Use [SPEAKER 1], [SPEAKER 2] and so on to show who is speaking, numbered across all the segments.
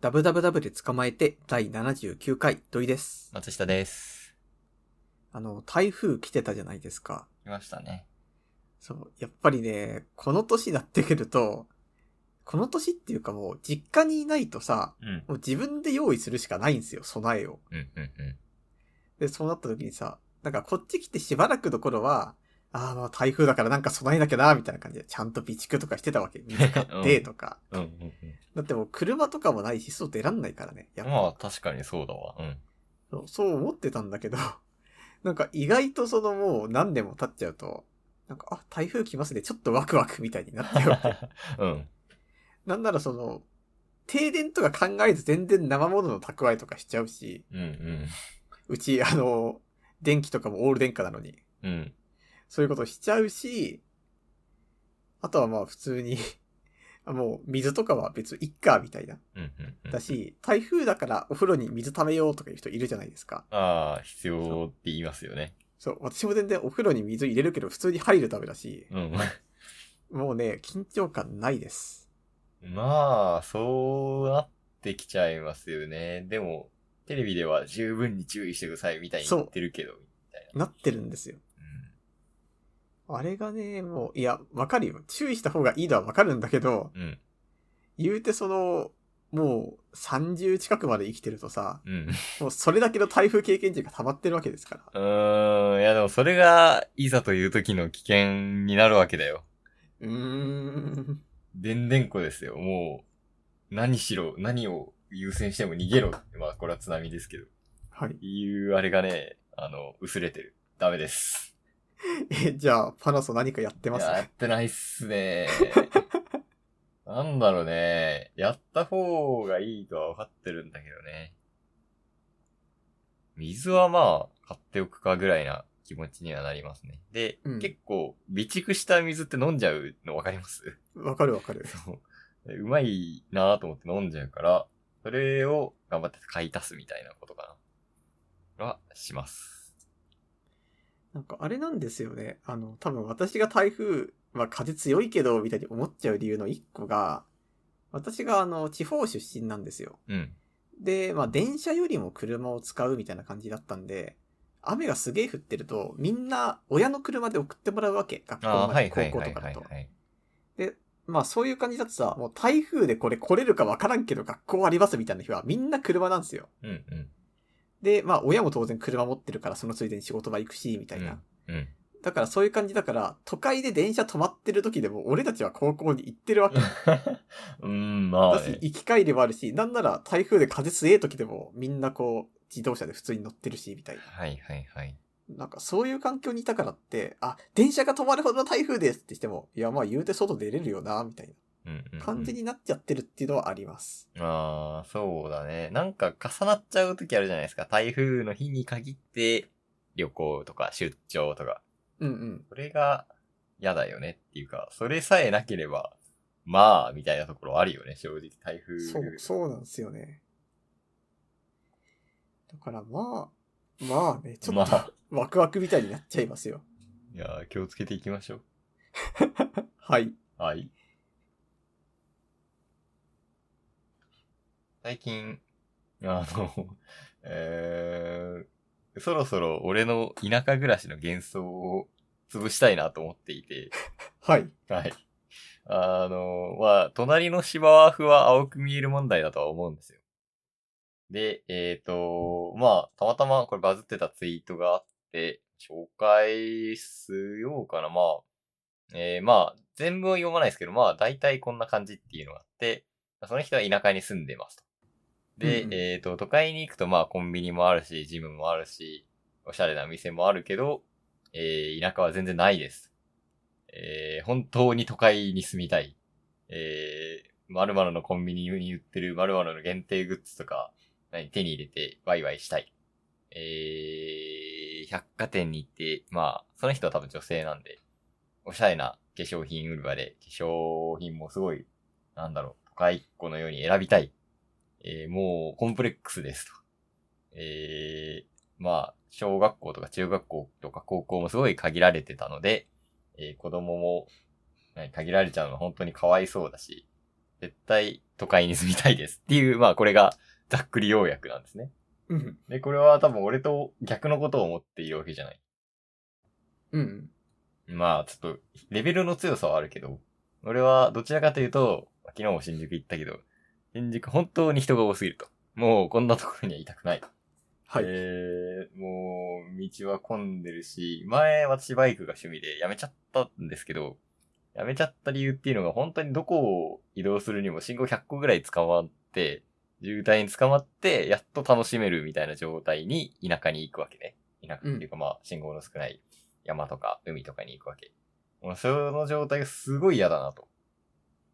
[SPEAKER 1] ダブダブダブで捕まえて第79回土井です。
[SPEAKER 2] 松下です。
[SPEAKER 1] あの、台風来てたじゃないですか。
[SPEAKER 2] 来ましたね。
[SPEAKER 1] そう、やっぱりね、この年になってくると、この年っていうかもう実家にいないとさ、
[SPEAKER 2] うん。
[SPEAKER 1] もう自分で用意するしかないんですよ、備えを。
[SPEAKER 2] うん、うん、うん。
[SPEAKER 1] で、そうなった時にさ、なんかこっち来てしばらくの頃は、ああ、まあ台風だからなんか備えなきゃな、みたいな感じで、ちゃんと備蓄とかしてたわけ。水買って、とか。
[SPEAKER 2] うん、うん、
[SPEAKER 1] だってもう車とかもないし、外出らんないからね。や
[SPEAKER 2] う
[SPEAKER 1] っ
[SPEAKER 2] ん。
[SPEAKER 1] ぱ
[SPEAKER 2] まあ、確かにそうだわ。うん。
[SPEAKER 1] そうそう思ってたんだけど、 なんか意外とそのもう何年も経っちゃうと、なんか、あ、台風来ますね、ちょっとワクワクみたいになっちゃう わけ。
[SPEAKER 2] うん。
[SPEAKER 1] なんならその、停電とか考えず全然生物の蓄えとかしちゃうし、
[SPEAKER 2] うん、うん。
[SPEAKER 1] うち、あの、電気とかもオール電化なのに、
[SPEAKER 2] うん。
[SPEAKER 1] そういうことしちゃうし、あとはまあ普通に、 あもう水とかは別にいっか、みたいな。
[SPEAKER 2] うん、うん。
[SPEAKER 1] だ。し、台風だからお風呂に水溜めようとかいう人いるじゃないですか。
[SPEAKER 2] ああ、必要って言いますよね。
[SPEAKER 1] そう、私も全然お風呂に水入れるけど普通に入るためだし、
[SPEAKER 2] うん。
[SPEAKER 1] もうね、緊張感ないです。
[SPEAKER 2] まあ、そうなってきちゃいますよね。でも、テレビでは十分に注意してくださいみたいに言ってるけど。
[SPEAKER 1] なってるんですよ。あれがね、もう、いや、わかるよ。注意した方がいいのはわかるんだけど、
[SPEAKER 2] うん。うん。
[SPEAKER 1] 言うてその、もう30近くまで生きてるとさ、
[SPEAKER 2] うん。
[SPEAKER 1] もうそれだけの台風経験値が溜まってるわけですから。
[SPEAKER 2] うーん。いや、でもそれが、いざという時の危険になるわけだよ。
[SPEAKER 1] うーん。
[SPEAKER 2] でんでんこですよ。もう、何しろ、何を優先しても逃げろって。まあ、これは津波ですけど。
[SPEAKER 1] はい。
[SPEAKER 2] いう、あれがね、あの、薄れてる。ダメです。
[SPEAKER 1] え、じゃあ、パナソ何かやってます
[SPEAKER 2] やってないっすね。 なんだろうね。やった方がいいとは分かってるんだけどね。水はまあ、買っておくかぐらいな気持ちにはなりますね。で、
[SPEAKER 1] うん
[SPEAKER 2] 結構、備蓄した水って飲んじゃうの分かります
[SPEAKER 1] わかるわかる。
[SPEAKER 2] そう。うまいなぁと思って飲んじゃうから、それを頑張って買い足すみたいなことかな。は、します。
[SPEAKER 1] なんかあれなんですよね。あの、多分私が台風、まあ風強いけど、みたいに思っちゃう理由の一個が、私があの、地方出身なんですよ。
[SPEAKER 2] うん。
[SPEAKER 1] で、まあ電車よりも車を使うみたいな感じだったんで、雨がすげえ降ってると、みんな親の車で送ってもらうわけ。学校
[SPEAKER 2] ああ、
[SPEAKER 1] ま
[SPEAKER 2] は
[SPEAKER 1] で、
[SPEAKER 2] いはい
[SPEAKER 1] 高校
[SPEAKER 2] は
[SPEAKER 1] と
[SPEAKER 2] い
[SPEAKER 1] か
[SPEAKER 2] は
[SPEAKER 1] だ
[SPEAKER 2] い、
[SPEAKER 1] と。
[SPEAKER 2] はい。
[SPEAKER 1] まあそういう感じだとさ、もう台風でこれ来れるかわからんけど学校ありますみたいな日はみんな車なんですよ。
[SPEAKER 2] うんうん。
[SPEAKER 1] で、まあ親も当然車持ってるからそのついでに仕事場行くし、みたいな。
[SPEAKER 2] うん。
[SPEAKER 1] だからそういう感じだから、都会で電車止まってる時でも俺たちは高校に行ってるわけ。
[SPEAKER 2] うん、ま
[SPEAKER 1] だ
[SPEAKER 2] あ、
[SPEAKER 1] し、
[SPEAKER 2] ね、
[SPEAKER 1] 行き帰りもあるし、なんなら台風で風強い時でもみんなこう、自動車で普通に乗ってるし、みたいな。
[SPEAKER 2] はいはいはい。
[SPEAKER 1] なんかそういう環境にいたからって、あ、電車が止まるほどの台風ですってしても、いやまあ言うて外出れるよな、みたい
[SPEAKER 2] うんうん、うん。
[SPEAKER 1] な感じ。になっちゃってるっていうのはあります。
[SPEAKER 2] ああ、そうだね。なんか重なっちゃう時あるじゃないですか。台風の日に限って、旅行とか出張とか。
[SPEAKER 1] うんうん。
[SPEAKER 2] それが嫌だよねっていうか、それさえなければ、まあ、みたいなところあるよね、正直。台風。
[SPEAKER 1] そう、そうなんですよね。だからまあ、まあね、ちょ
[SPEAKER 2] ま
[SPEAKER 1] っと
[SPEAKER 2] あ、
[SPEAKER 1] ワクワクみたいになっちゃいますよ。
[SPEAKER 2] いやー、気をつけていきましょう。
[SPEAKER 1] はい。
[SPEAKER 2] はい。最近、あの、 えー、そろそろ俺の田舎暮らしの幻想を潰したいなと思っていて、
[SPEAKER 1] はい。
[SPEAKER 2] はい。あの、まあ、隣の芝生は青く見える問題だとは思うんですよ。で、えっ、と、まあ、たまたまこれバズってたツイートがあって、紹介しようかな。まあ、えーまあ、全部は読まないですけど、まあ、大体こんな感じっていうのがあって、その人は田舎に住んでますと。で、
[SPEAKER 1] うんうん
[SPEAKER 2] えっ、と、都会に行くと、まあ、コンビニもあるし、ジムもあるし、おしゃれな店もあるけど、えー田舎は全然ないです。えー本当に都会に住みたい。えー、〇〇のコンビニに売ってる〇〇の限定グッズとか、何手に入れてワイワイしたい。えー、百貨店に行って、まあ、その人は多分女性なんで、おしゃれな化粧品売り場で、化粧品もすごい、なんだろう、都会っ子のように選びたい。えー、もう、コンプレックスですと。えー、まあ、小学校とか中学校とか高校もすごい限られてたので、えー、子供も、何限られちゃうのは本当にかわいそうだし、絶対都会に住みたいですっていう、まあこれがざっくり要約なんですね。
[SPEAKER 1] うん。
[SPEAKER 2] で、これは多分俺と逆のことを思っているわけじゃない。
[SPEAKER 1] うん。
[SPEAKER 2] まあちょっと、レベルの強さはあるけど、俺はどちらかというと、昨日も新宿行ったけど、新宿本当に人が多すぎると。もうこんなところにはいたくない。
[SPEAKER 1] はい。
[SPEAKER 2] えー、もう、道は混んでるし、前、私バイクが趣味でやめちゃったんですけど、やめちゃった理由っていうのが本当にどこを移動するにも信号100個ぐらい捕まって、渋滞に捕まって、やっと楽しめるみたいな状態に田舎に行くわけね。田舎っていうかまあ、信号の少ない山とか海とかに行くわけ。もうその状態がすごい嫌だなと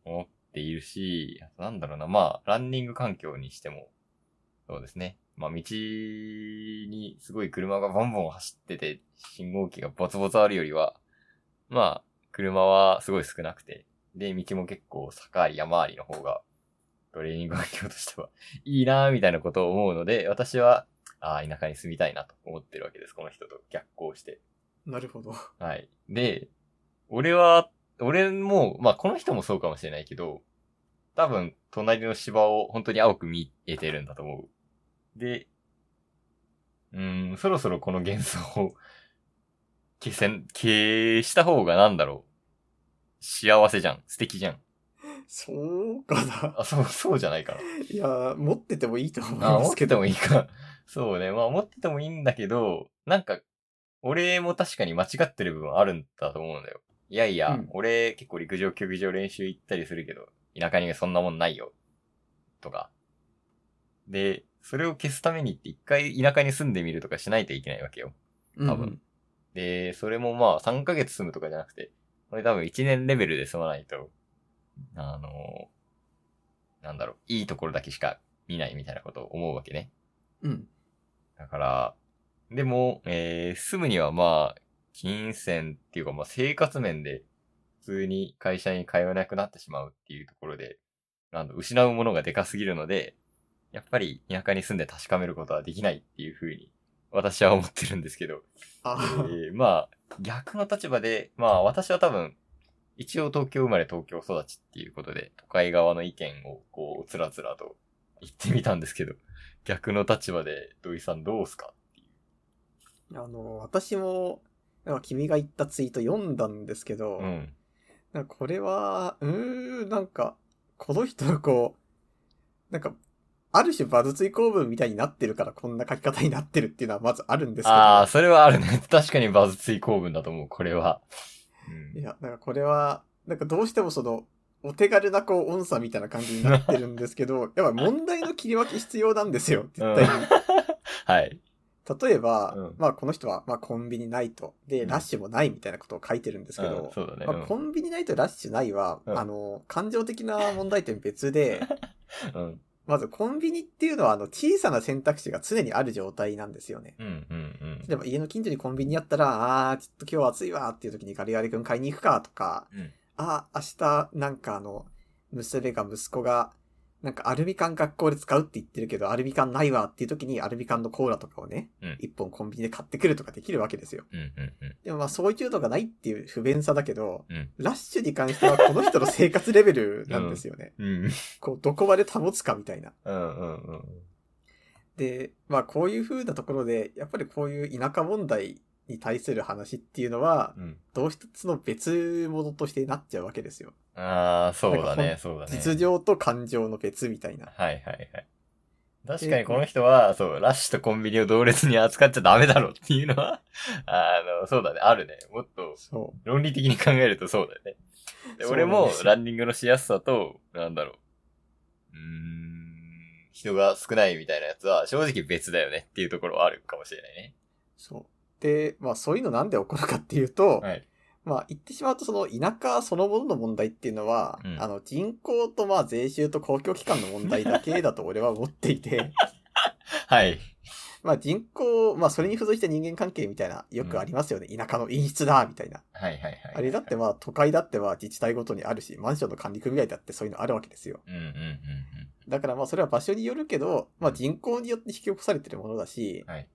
[SPEAKER 2] 思っているし、なんだろうな、まあ、ランニング環境にしても、そうですね。まあ、道にすごい車がバンバン走ってて、信号機がボツボツあるよりは、まあ、車はすごい少なくて、で、道も結構坂あり山ありの方が、トレーニング環境としてはいいなぁみたいなことを思うので、私は、ああ、田舎に住みたいなと思ってるわけです。この人と逆行して。
[SPEAKER 1] なるほど。
[SPEAKER 2] はい。で、俺は、俺も、まあこの人もそうかもしれないけど、多分隣の芝を本当に青く見えてるんだと思う。で、うーん、そろそろこの幻想を 消せん、消した方がなんだろう。幸せじゃん。素敵じゃん。
[SPEAKER 1] そうかな。
[SPEAKER 2] あ、そう、そうじゃないかな。
[SPEAKER 1] いや、持っててもいいと 思い
[SPEAKER 2] あ、
[SPEAKER 1] ま
[SPEAKER 2] 持っ
[SPEAKER 1] すけ
[SPEAKER 2] てて
[SPEAKER 1] ど。
[SPEAKER 2] もいいか。そうね。まあ、持っててもいいんだけど、なんか、俺も確かに間違ってる部分あるんだと思うんだよ。いやいや、
[SPEAKER 1] うん
[SPEAKER 2] 俺結構陸上、競技場練習行ったりするけど、田舎にはそんなもんないよ。とか。で、それを消すためにって一回田舎に住んでみるとかしないといけないわけよ。
[SPEAKER 1] うん
[SPEAKER 2] 多分。で、それもまあ3ヶ月住むとかじゃなくて、これ多分1年レベルで住まないと、あの、なんだろう、いいところだけしか見ないみたいなことを思うわけね。
[SPEAKER 1] うん。
[SPEAKER 2] だから、でも、えー住むにはまあ、金銭っていうかまあ生活面で、普通に会社に通えなくなってしまうっていうところで、なんだ失うものがでかすぎるので、やっぱり田舎に住んで確かめることはできないっていうふうに、私は思ってるんですけど、
[SPEAKER 1] あー
[SPEAKER 2] えーまあ、逆の立場で、まあ私は多分、一応東京生まれ東京育ちっていうことで、都会側の意見をこう、つらつらと言ってみたんですけど、逆の立場で土井さんどうすか
[SPEAKER 1] あの、私も、なんか君が言ったツイート読んだんですけど、
[SPEAKER 2] うん。
[SPEAKER 1] なんかこれは、うーん、なんか、この人のこう、なんか、ある種バズ追構文みたいになってるからこんな書き方になってるっていうのはまずあるんですけど。
[SPEAKER 2] ああ、それはあるね。 確かにバズ追構文だと思う、これは。う
[SPEAKER 1] い
[SPEAKER 2] ん、
[SPEAKER 1] や、なんかこれは、なんかどうしてもその、お手軽なこう、音差みたいな感じになってるんですけど、 やっぱ問題の切り分け必要なんですよ、絶対に。
[SPEAKER 2] はい。
[SPEAKER 1] 例えば、
[SPEAKER 2] うん
[SPEAKER 1] まあこの人は、まあコンビニないと、で、
[SPEAKER 2] うん
[SPEAKER 1] ラッシュもないみたいなことを書いてるんですけ
[SPEAKER 2] うん
[SPEAKER 1] ど、
[SPEAKER 2] そうだね。
[SPEAKER 1] まあ、コンビニないとラッシュないは、
[SPEAKER 2] うん
[SPEAKER 1] あの、感情的な問題点別 で、
[SPEAKER 2] うんうん
[SPEAKER 1] まずコンビニっていうのは、あの、小さな選択肢が常にある状態なんですよね。
[SPEAKER 2] うんうん
[SPEAKER 1] 例えば家の近所にコンビニあったら、あー、ちょっと今日暑いわーっていう時にガリガリ君買いに行くかとか、
[SPEAKER 2] うん
[SPEAKER 1] あー、明日なんかあの、娘が息子が、なんかアルミ缶学校で使うって言ってるけど、アルミ缶ないわっていう時にアルミ缶のコーラとかをね
[SPEAKER 2] うん、
[SPEAKER 1] 一、本コンビニで買ってくるとかできるわけですよ。
[SPEAKER 2] うんうんうん
[SPEAKER 1] でもまあそういうのがないっていう不便さだけど、
[SPEAKER 2] うん
[SPEAKER 1] ラッシュに関してはこの人の生活レベルなんですよね。
[SPEAKER 2] うん。
[SPEAKER 1] こう、どこまで保つかみたいな。
[SPEAKER 2] うんうんうん。
[SPEAKER 1] で、まあこういう風なところで、やっぱりこういう田舎問題に対する話っていうのは、
[SPEAKER 2] うん。
[SPEAKER 1] どう一つの別物としてなっちゃうわけですよ。
[SPEAKER 2] ああ、そうだ
[SPEAKER 1] なん
[SPEAKER 2] ね
[SPEAKER 1] か、
[SPEAKER 2] そうだね。
[SPEAKER 1] 実情と感情の別みたいな。
[SPEAKER 2] はいはいはい。確かにこの人は、そう、ラッシュとコンビニを同列に扱っちゃダメだろっていうのは、 あの、そうだね、あるね。もっと
[SPEAKER 1] そう。
[SPEAKER 2] 論理的に考えるとそうだよね。で
[SPEAKER 1] そう
[SPEAKER 2] 俺も
[SPEAKER 1] ですよ
[SPEAKER 2] ランニングのしやすさと、なんだろう。うーん、人が少ないみたいなやつは正直別だよねっていうところはあるかもしれないね。
[SPEAKER 1] そう。で、まあそういうのなんで起こるかっていうと、
[SPEAKER 2] はい。
[SPEAKER 1] まあ言ってしまうとその田舎そのものの問題っていうのは、
[SPEAKER 2] うん
[SPEAKER 1] あの人口とまあ税収と公共機関の問題だけだと俺は思ってい て、
[SPEAKER 2] はい。
[SPEAKER 1] まあ人口、まあそれに付随した人間関係みたいな、よくありますよね。田舎の陰湿だ、みたいな。
[SPEAKER 2] はいはいはい。
[SPEAKER 1] あれだってまあ都会だってまあ自治体ごとにあるし、マンションの管理組合だってそういうのあるわけですよ。
[SPEAKER 2] うんうんうん
[SPEAKER 1] だからまあそれは場所によるけど、まあ人口によって引き起こされてるものだし、
[SPEAKER 2] はい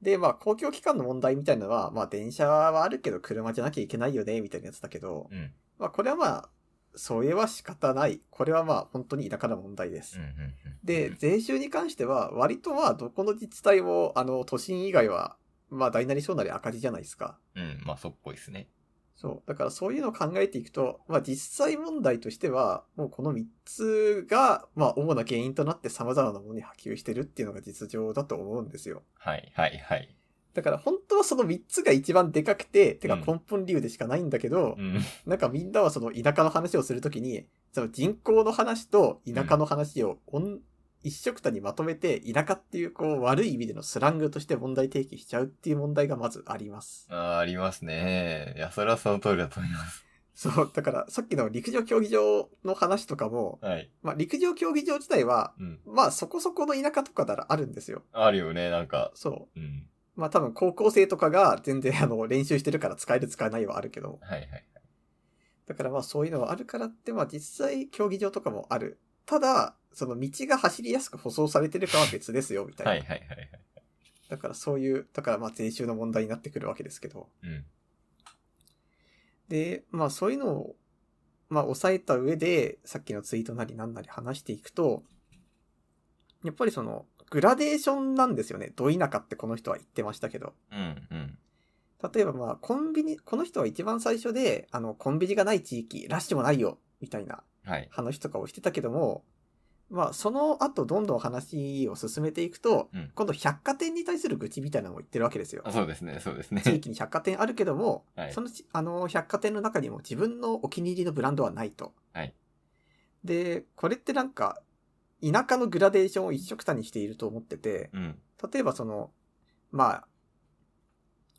[SPEAKER 1] でまあ公共機関の問題みたいなのは、まあ電車はあるけど車じゃなきゃいけないよね、みたいなやつだけど、
[SPEAKER 2] うん。うん。
[SPEAKER 1] まあこれはまあ、それは仕方ない。これはまあ本当に田舎の問題です。
[SPEAKER 2] うんうんうん
[SPEAKER 1] で、税収に関しては、割とまあどこの自治体も、あの、都心以外は、まあ大なり小なり赤字じゃないですか。
[SPEAKER 2] うん、まあそっぽいですね。
[SPEAKER 1] そう。だからそういうのを考えていくと、まあ実際問題としては、もうこの3つが、まあ主な原因となって様々なものに波及してるっていうのが実情だと思うんですよ。
[SPEAKER 2] はい、はい、はい。
[SPEAKER 1] だから本当はその3つが一番でかくて、てか
[SPEAKER 2] うん
[SPEAKER 1] 根本理由でしかないんだけど、
[SPEAKER 2] うん。
[SPEAKER 1] なんかみんなはその田舎の話をするときに、その人口の話と田舎の話をおん一緒くたにまとめて、田舎っていうこう悪い意味でのスラングとして問題提起しちゃうっていう問題がまずあります。
[SPEAKER 2] あーありますね。いや、それはその通りだと思います。
[SPEAKER 1] そう、だからさっきの陸上競技場の話とかも、
[SPEAKER 2] はい。
[SPEAKER 1] まあ陸上競技場自体は、
[SPEAKER 2] うん。
[SPEAKER 1] まあそこそこの田舎とかならあるんですよ。
[SPEAKER 2] あるよね、なんか。
[SPEAKER 1] そ
[SPEAKER 2] うん。
[SPEAKER 1] う。まあ多分高校生とかが全然あの練習してるから使える使えないはあるけど。
[SPEAKER 2] はいはい。
[SPEAKER 1] だからまあそういうのはあるからって、まあ実際競技場とかもある。ただ、その道が走りやすく舗装されてるかは別ですよ、みたいな。
[SPEAKER 2] はいはいはいはい。
[SPEAKER 1] だからそういう、だからまあ税収の問題になってくるわけですけど。
[SPEAKER 2] うん。
[SPEAKER 1] で、まあそういうのを、まあ抑えた上で、さっきのツイートなりなんなり話していくと、やっぱりその、グラデーションなんですよね。ど田舎ってこの人は言ってましたけど。
[SPEAKER 2] うんうん。
[SPEAKER 1] 例えばまあコンビニ、この人は一番最初で、あの、コンビニがない地域、ラッシュもないよ、みたいな
[SPEAKER 2] はい。
[SPEAKER 1] 話とかをしてたけども、まあ、その後どんどん話を進めていくと、
[SPEAKER 2] うん
[SPEAKER 1] 今度百貨店に対する愚痴みたいなのを言ってるわけですよ
[SPEAKER 2] あ。そうですね、そうですね。
[SPEAKER 1] 地域に百貨店あるけども、
[SPEAKER 2] はい
[SPEAKER 1] そのちあの百貨店の中にも自分のお気に入りのブランドはないと。
[SPEAKER 2] はい
[SPEAKER 1] で、これってなんか、田舎のグラデーションを一色たにしていると思ってて、
[SPEAKER 2] うん。
[SPEAKER 1] 例えばその、まあ、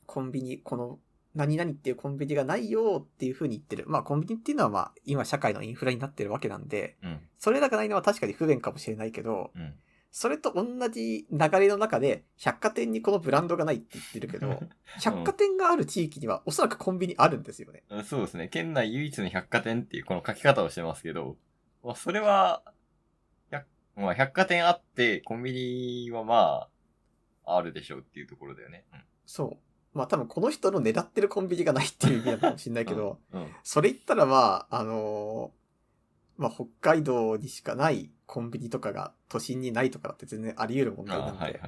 [SPEAKER 1] コンビニ、この、何々っていうコンビニがないよっていう風に言ってる。まあコンビニっていうのはまあ今社会のインフラになってるわけなんで、
[SPEAKER 2] うん。
[SPEAKER 1] それらがないのは確かに不便かもしれないけど、
[SPEAKER 2] うん。
[SPEAKER 1] それと同じ流れの中で百貨店にこのブランドがないって言ってるけど、百貨店がある地域にはおそらくコンビニあるんですよね。
[SPEAKER 2] うんそうですね。県内唯一の百貨店っていうこの書き方をしてますけど、まあ、それは、百まあ、百貨店あって、コンビニはまあ、あるでしょうっていうところだよね。
[SPEAKER 1] そう。まあ多分この人の狙ってるコンビニがないっていう意味なのかもしれない
[SPEAKER 2] だ
[SPEAKER 1] けど、、
[SPEAKER 2] うん。うん
[SPEAKER 1] それ言ったらまあ、あのーまあ北海道にしかないコンビニとかが都心にないとかだって全然あり得る問題
[SPEAKER 2] あー
[SPEAKER 1] なんで。
[SPEAKER 2] はいはいは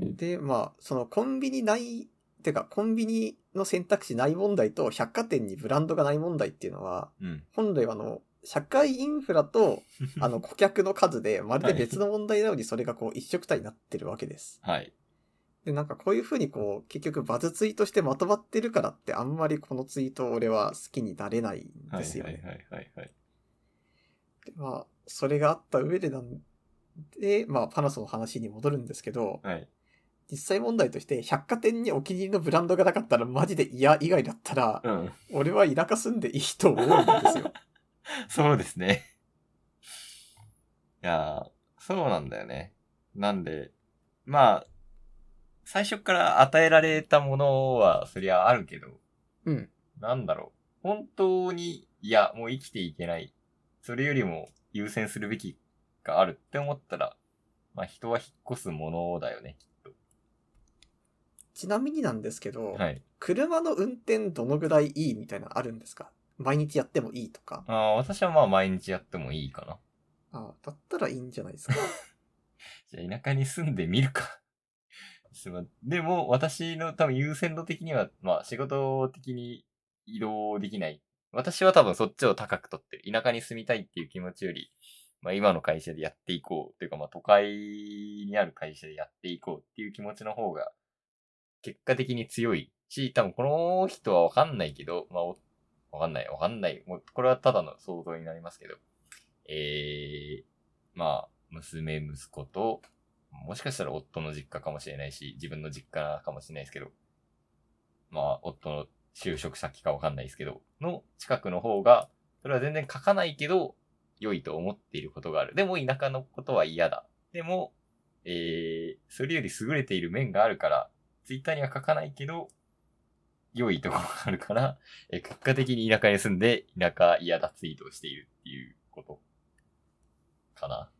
[SPEAKER 2] いはい。
[SPEAKER 1] で、まあ、そのコンビニない、てかコンビニの選択肢ない問題と百貨店にブランドがない問題っていうのは、
[SPEAKER 2] うん。
[SPEAKER 1] 本来はあの、社会インフラ と、あの、顧客の数で、まるで別の問題なのに、それがこう、一色体になってるわけです。
[SPEAKER 2] はい。
[SPEAKER 1] で、なんかこういう風にこう、結局バズツイートしてまとまってるからって、あんまりこのツイート俺は好きになれないん
[SPEAKER 2] はい
[SPEAKER 1] ですよね。
[SPEAKER 2] はいはいはいはい。
[SPEAKER 1] でまあ、それがあった上でなんで、まあ、パナソの話に戻るんですけど、
[SPEAKER 2] はい。
[SPEAKER 1] 実際問題として、百貨店にお気に入りのブランドがなかったら、マジで嫌以外だったら、
[SPEAKER 2] うん。
[SPEAKER 1] 俺は田舎住んでいいと思うんですよ。
[SPEAKER 2] そうですね。いやー、そうなんだよね。なんで、まあ、最初から与えられたものは、そりゃあるけど、
[SPEAKER 1] うん。
[SPEAKER 2] なんだろう。本当に、いや、もう生きていけない。それよりも優先するべきがあるって思ったら、まあ人は引っ越すものだよね。
[SPEAKER 1] ちなみになんですけど、
[SPEAKER 2] はい。
[SPEAKER 1] 車の運転どのぐらいいいみたいなのあるんですか毎日やってもいいとか。
[SPEAKER 2] あー私はまあ毎日やってもいいかな。
[SPEAKER 1] あだったらいいんじゃない ですか。
[SPEAKER 2] じゃあ田舎に住んでみるか。 すまんでも、私の多分優先度的には、まあ仕事的に移動できない。私は多分そっちを高くとってる。田舎に住みたいっていう気持ちより、まあ今の会社でやっていこう。というかまあ都会にある会社でやっていこうっていう気持ちの方が、結果的に強いし、多分この人はわかんないけど、まあおわかんない、わかんない。もうこれはただの想像になりますけど、えー、まあ、娘、息子と、もしかしたら夫の実家かもしれないし、自分の実家かもしれないですけど、まあ、夫の就職先かわかんないですけど、の近くの方が、それは全然書かないけど、良いと思っていることがある。でも、田舎のことは嫌だ。でも、えー、それより優れている面があるから、ツイッターには書かないけど、良いところがあるから、えー結果的に田舎に住んで、田舎嫌だツイートをしているっていうこと、かな。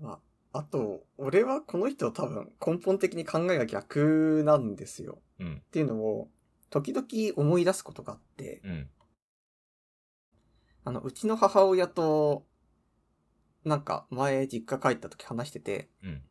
[SPEAKER 1] まあ、あと、俺はこの人多分根本的に考えが逆なんですよ。
[SPEAKER 2] うん
[SPEAKER 1] っ、ていうのを、時々思い出すことがあって、
[SPEAKER 2] うん、
[SPEAKER 1] あの、うちの母親と、なんか前実家帰った時話してて、
[SPEAKER 2] うん。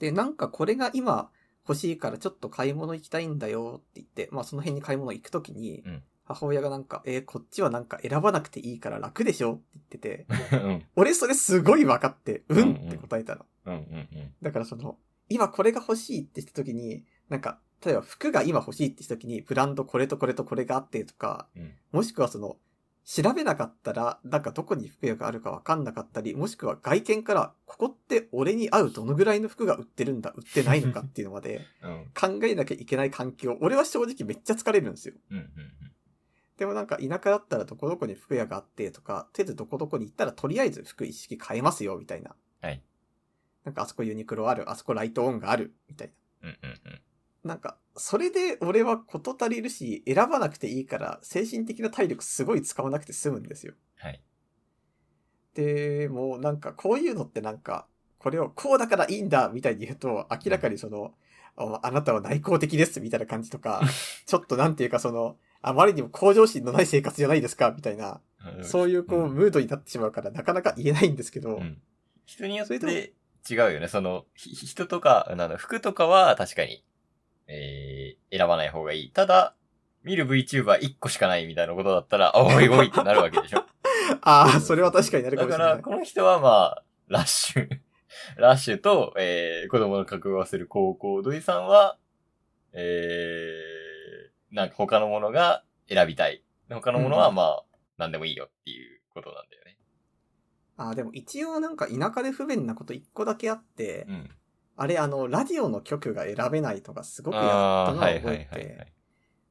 [SPEAKER 1] で、なんかこれが今欲しいからちょっと買い物行きたいんだよって言って、まあその辺に買い物行くときに
[SPEAKER 2] うん、
[SPEAKER 1] 母親がなんか、えーこっちはなんか選ばなくていいから楽でしょって言ってて、
[SPEAKER 2] うん。
[SPEAKER 1] 俺それすごい分かって、う
[SPEAKER 2] うん
[SPEAKER 1] ん
[SPEAKER 2] うん
[SPEAKER 1] って答えたの。
[SPEAKER 2] うん。うん。
[SPEAKER 1] だからその、今これが欲しいってしたときに、なんか、例えば服が今欲しいってしたときに、ブランドこれとこれとこれがあってとか、
[SPEAKER 2] うん。
[SPEAKER 1] もしくはその、調べなかったら、なんかどこに服屋があるかわかんなかったり、もしくは外見から、ここって俺に合うどのぐらいの服が売ってるんだ、売ってないのかっていうのまで
[SPEAKER 2] うん。うん。
[SPEAKER 1] 考えなきゃいけない環境、俺は正直めっちゃ疲れるんですよ。
[SPEAKER 2] うん。うん。
[SPEAKER 1] でもなんか田舎だったらどこどこに服屋があってとか、とりあえずどこどこに行ったらとりあえず服一式買えますよ、みたいな。
[SPEAKER 2] はい。
[SPEAKER 1] なんかあそこユニクロある、あそこライトオンがある、みたいな。
[SPEAKER 2] うん。うん。
[SPEAKER 1] なんか、それで俺は事足りるし、選ばなくていいから、精神的な体力すごい使わなくて済むんですよ。
[SPEAKER 2] はい。
[SPEAKER 1] で、もうなんかこういうのってなんか、これをこうだからいいんだみたいに言うと、明らかにその、ああなたは内向的ですみたいな感じとか、 ちょっとなんていうかその、あまりにも向上心のない生活じゃないですかみたいな、
[SPEAKER 2] うん。
[SPEAKER 1] そういうこう、
[SPEAKER 2] うん
[SPEAKER 1] ムードになってしまうからなかなか言えないんですけど、
[SPEAKER 2] うん。人によっ
[SPEAKER 1] それ
[SPEAKER 2] て違うよね。その、ひ人とか、あの、服とかは確かに、えー、選ばない方がいい。ただ、見る VTuber1 個しかないみたいなことだったら、あおいおいってなるわけでしょ。
[SPEAKER 1] ああ、それは確かになるか
[SPEAKER 2] だ
[SPEAKER 1] もし
[SPEAKER 2] か
[SPEAKER 1] れな
[SPEAKER 2] ら、
[SPEAKER 1] い。
[SPEAKER 2] この人はまあ、ラッシュ、 ラッシュと、えー、子供の覚悟をする高校、土井さんは、えー、なんか他のものが選びたい。他のものはまあ、何でもいいよっていうことなんだよね。
[SPEAKER 1] ああ、でも一応なんか田舎で不便なこと一個だけあって、
[SPEAKER 2] うん。
[SPEAKER 1] あれあの、ラジオの曲が選べないとかすごくやった
[SPEAKER 2] ああー、
[SPEAKER 1] のを
[SPEAKER 2] は
[SPEAKER 1] 覚え
[SPEAKER 2] い
[SPEAKER 1] て、
[SPEAKER 2] はいはいはい。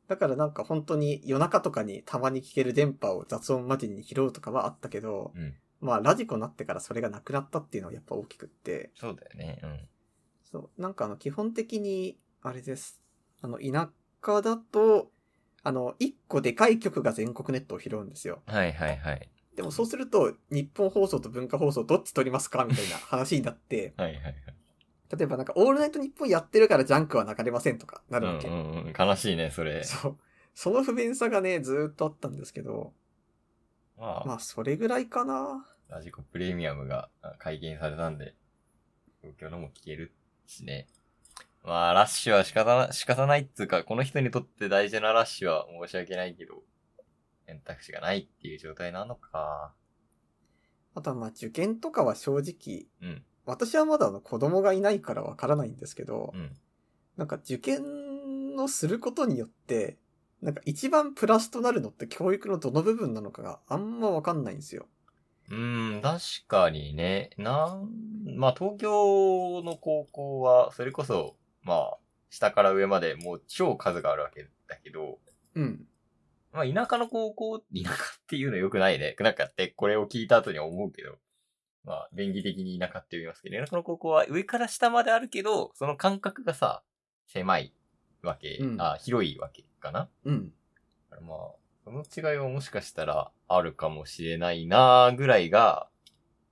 [SPEAKER 1] だからなんか本当に夜中とかにたまに聞ける電波を雑音交じりに拾うとかはあったけど、
[SPEAKER 2] うん
[SPEAKER 1] まあラジコになってからそれがなくなったっていうのはやっぱ大きくって、
[SPEAKER 2] そうだよね。うん。
[SPEAKER 1] そう、なんかあの基本的に、あれです。あの、田舎だと、あの、一個でかい曲が全国ネットを拾うんですよ。
[SPEAKER 2] はいはいはい。
[SPEAKER 1] でもそうすると、日本放送と文化放送どっち取りますかみたいな話になって、
[SPEAKER 2] はいはいはい。
[SPEAKER 1] 例えばなんか、オールナイト日本やってるからジャンクは流れませんとかな
[SPEAKER 2] う
[SPEAKER 1] る
[SPEAKER 2] ん
[SPEAKER 1] わけ。
[SPEAKER 2] うんうん。悲しいね、それ。
[SPEAKER 1] そう。その不便さがね、ずーっとあったんですけど、
[SPEAKER 2] まあ、
[SPEAKER 1] まあ、それぐらいかな。
[SPEAKER 2] ラジコプレミアムがあ解禁されたんで、東京のも聞けるしね。まあ、ラッシュは仕方な、仕方ないっつうか、この人にとって大事なラッシュは申し訳ないけど、選択肢がないっていう状態なのか。
[SPEAKER 1] あとはまあ、受験とかは正直、
[SPEAKER 2] うん。
[SPEAKER 1] 私はまだあの子供がいないからわからないんですけど
[SPEAKER 2] う、ん。
[SPEAKER 1] なんか受験をすることによって、なんか一番プラスとなるのって教育のどの部分なのかがあんまわかんないんですよ。
[SPEAKER 2] うーん、確かにね。なん、まあ、東京の高校は、それこそ、まあ、下から上までもう超数があるわけだけど、
[SPEAKER 1] うん。
[SPEAKER 2] まあ、田舎の高校、田舎っていうの良くないね。 なんかって、これを聞いた後に思うけど。まあ、便宜的に田舎って呼びますけど、田舎の高校は上から下まであるけど、その感覚がさ、狭いわけ、
[SPEAKER 1] うん
[SPEAKER 2] あ広いわけかな。
[SPEAKER 1] うん。
[SPEAKER 2] だからまあ、その違いはもしかしたらあるかもしれないなぐらいが、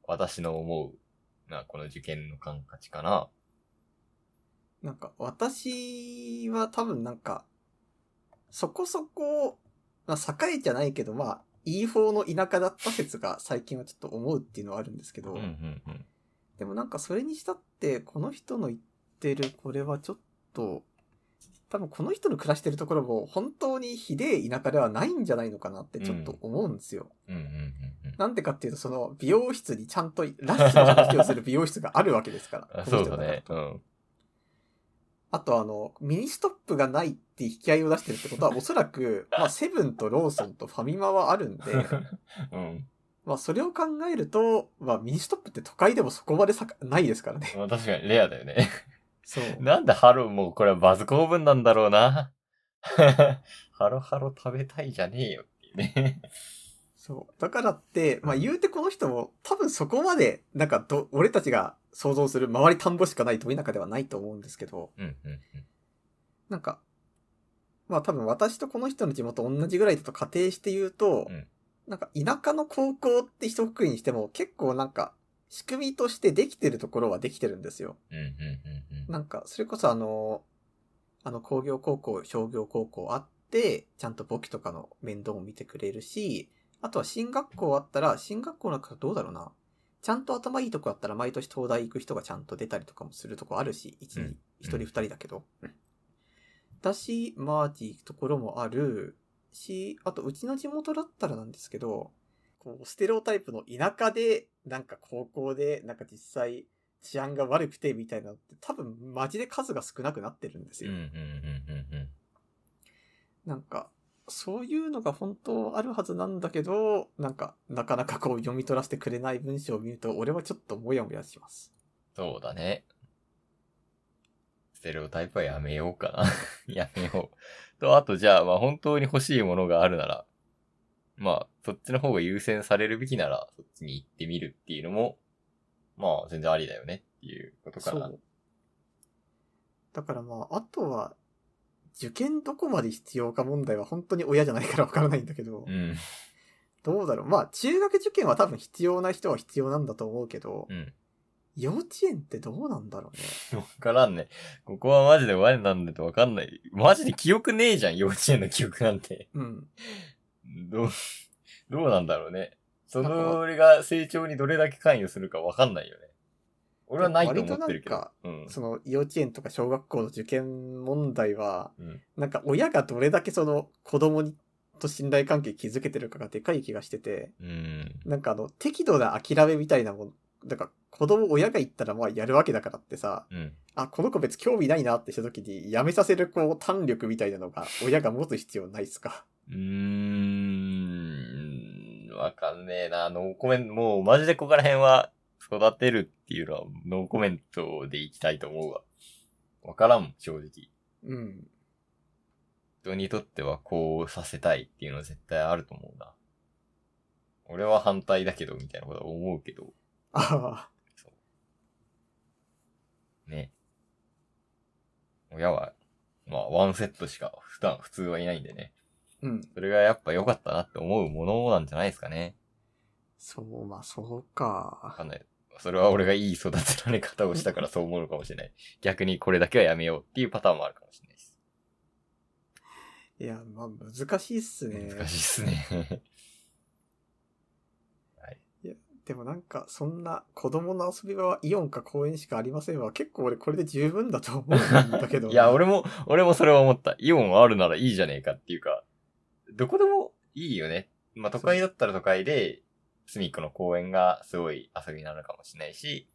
[SPEAKER 2] 私の思う、な、この受験の感覚かな。
[SPEAKER 1] なんか私は多分なんか、そこそこ、まあ、栄えじゃないけど、まあ、E4 の田舎だった説が最近はちょっと思うっていうのはあるんですけ
[SPEAKER 2] う
[SPEAKER 1] ど、
[SPEAKER 2] んうんうん。
[SPEAKER 1] でもなんかそれにしたって、この人の言ってるこれはちょっと、多分この人の暮らしてるところも本当にひでえ田舎ではないんじゃないのかなってちょっと思うんですよ。
[SPEAKER 2] うんうんうんうん。
[SPEAKER 1] なんでかっていうと、その美容室にちゃんとラッシュの話をする美容室があるわけですから。
[SPEAKER 2] あそう
[SPEAKER 1] この人
[SPEAKER 2] だ
[SPEAKER 1] の中
[SPEAKER 2] ね。うん。
[SPEAKER 1] あとあの、ミニストップがないって引き合いを出してるってこと は、おそらく、まあ、セブンとローソンとファミマはある んで、
[SPEAKER 2] うん。
[SPEAKER 1] まあ、それを考えると、まあ、ミニストップって都会でもそこまでさないですからね。
[SPEAKER 2] まあ確かにレアだよね。
[SPEAKER 1] そう。
[SPEAKER 2] なんでハロもうこれはバズ構文なんだろうな。 ハロハロ食べたいじゃねえよっていうね。
[SPEAKER 1] そう。だからって、まあ、言うてこの人も、多分そこまで、なんかど、俺たちが想像する周り田んぼしかないど田舎ではないと思うんですけど、
[SPEAKER 2] うんうん
[SPEAKER 1] なんか、まあ多分私とこの人の地元同じぐらいだと仮定して言うと、
[SPEAKER 2] うん
[SPEAKER 1] なんか田舎の高校って一括りにしても結構なんか仕組みとしてできてるところはできてるんですよ。
[SPEAKER 2] うん。うんうんうん
[SPEAKER 1] なんかそれこそあの、あの工業高校、商業高校あって、ちゃんと簿記とかの面倒を見てくれるし、あとは進学校あったら、進学校なんかどうだろうな。ちゃんと頭いいとこあったら、毎年東大行く人がちゃんと出たりとかもするとこあるし、一
[SPEAKER 2] うん
[SPEAKER 1] 人、一人二人だけど。だし、マーティー行くところもあるし、あと、うちの地元だったらなんですけど、こう、ステレオタイプの田舎で、なんか高校で、なんか実際、治安が悪くてみたいなのって、多分、マジで数が少なくなってるんです
[SPEAKER 2] うん
[SPEAKER 1] よ。
[SPEAKER 2] うんうんうんうん。
[SPEAKER 1] なんか、そういうのが本当あるはずなんだけど、なんか、なかなかこう読み取らせてくれない文章を見ると、俺はちょっともやもやします。
[SPEAKER 2] そうだね。ステレオタイプはやめようかな。 やめよう。と、あとじゃあ、まあ本当に欲しいものがあるなら、まあ、そっちの方が優先されるべきなら、そっちに行ってみるっていうのも、まあ全然ありだよねっていうことか
[SPEAKER 1] そ
[SPEAKER 2] な。
[SPEAKER 1] う。だからまあ、あとは、受験どこまで必要か問題は本当に親じゃないからわからないんだけど、
[SPEAKER 2] うん。
[SPEAKER 1] どうだろう。まあ、中学受験は多分必要な人は必要なんだと思うけど、
[SPEAKER 2] うん。
[SPEAKER 1] 幼稚園ってどうなんだろうね。
[SPEAKER 2] わからんね。ここはマジで我なんでとわかんない。マジで記憶ねえじゃん、幼稚園の記憶なんて。
[SPEAKER 1] うん。
[SPEAKER 2] どう、どうなんだろうね。その俺が成長にどれだけ関与するかわかんないよね。俺はないと思ってるけ
[SPEAKER 1] 割
[SPEAKER 2] ど。うん。
[SPEAKER 1] その、幼稚園とか小学校の受験問題は、
[SPEAKER 2] うん
[SPEAKER 1] なんか親がどれだけその子供にと信頼関係築けてるかがでかい気がしてて、
[SPEAKER 2] うん。
[SPEAKER 1] なんかあの、適度な諦めみたいなもん、なんか子供親が言ったらまあやるわけだからってさ、
[SPEAKER 2] うん。
[SPEAKER 1] あ、この子別興味ないなってした時にやめさせるこう胆力みたいなのが親が持つ必要ないっすか。
[SPEAKER 2] うーん。わかんねえな。ノーコメント、もうマジでここら辺は育てるっていうのはノーコメントでいきたいと思うわ。わからん、正直。
[SPEAKER 1] うん。
[SPEAKER 2] 人にとってはこうさせたいっていうのは絶対あると思うな。俺は反対だけど、みたいなことは思うけど。
[SPEAKER 1] ああ、
[SPEAKER 2] ね。親は、まあ、ワンセットしか普段、普通はいないんでね。
[SPEAKER 1] うん。
[SPEAKER 2] それがやっぱ良かったなって思うものなんじゃないですかね。
[SPEAKER 1] そう、まあそう
[SPEAKER 2] わ
[SPEAKER 1] か。
[SPEAKER 2] かんない。それは俺がいい育てられ方をしたからそう思うのかもしれない。逆にこれだけはやめようっていうパターンもあるかもしれないです。
[SPEAKER 1] いや、まあ難しいっすね。
[SPEAKER 2] 難しいっすね。
[SPEAKER 1] でもなんか、そんな子供の遊び場はイオンか公園しかありませんわ。結構俺これで十分だと思うんだけど。
[SPEAKER 2] いや、俺も、俺もそれは思った。イオンあるならいいじゃねえかっていうか、どこでもいいよね。まあ、都会だったら都会で、隅っこの公園がすごい遊びなのかもしれないし、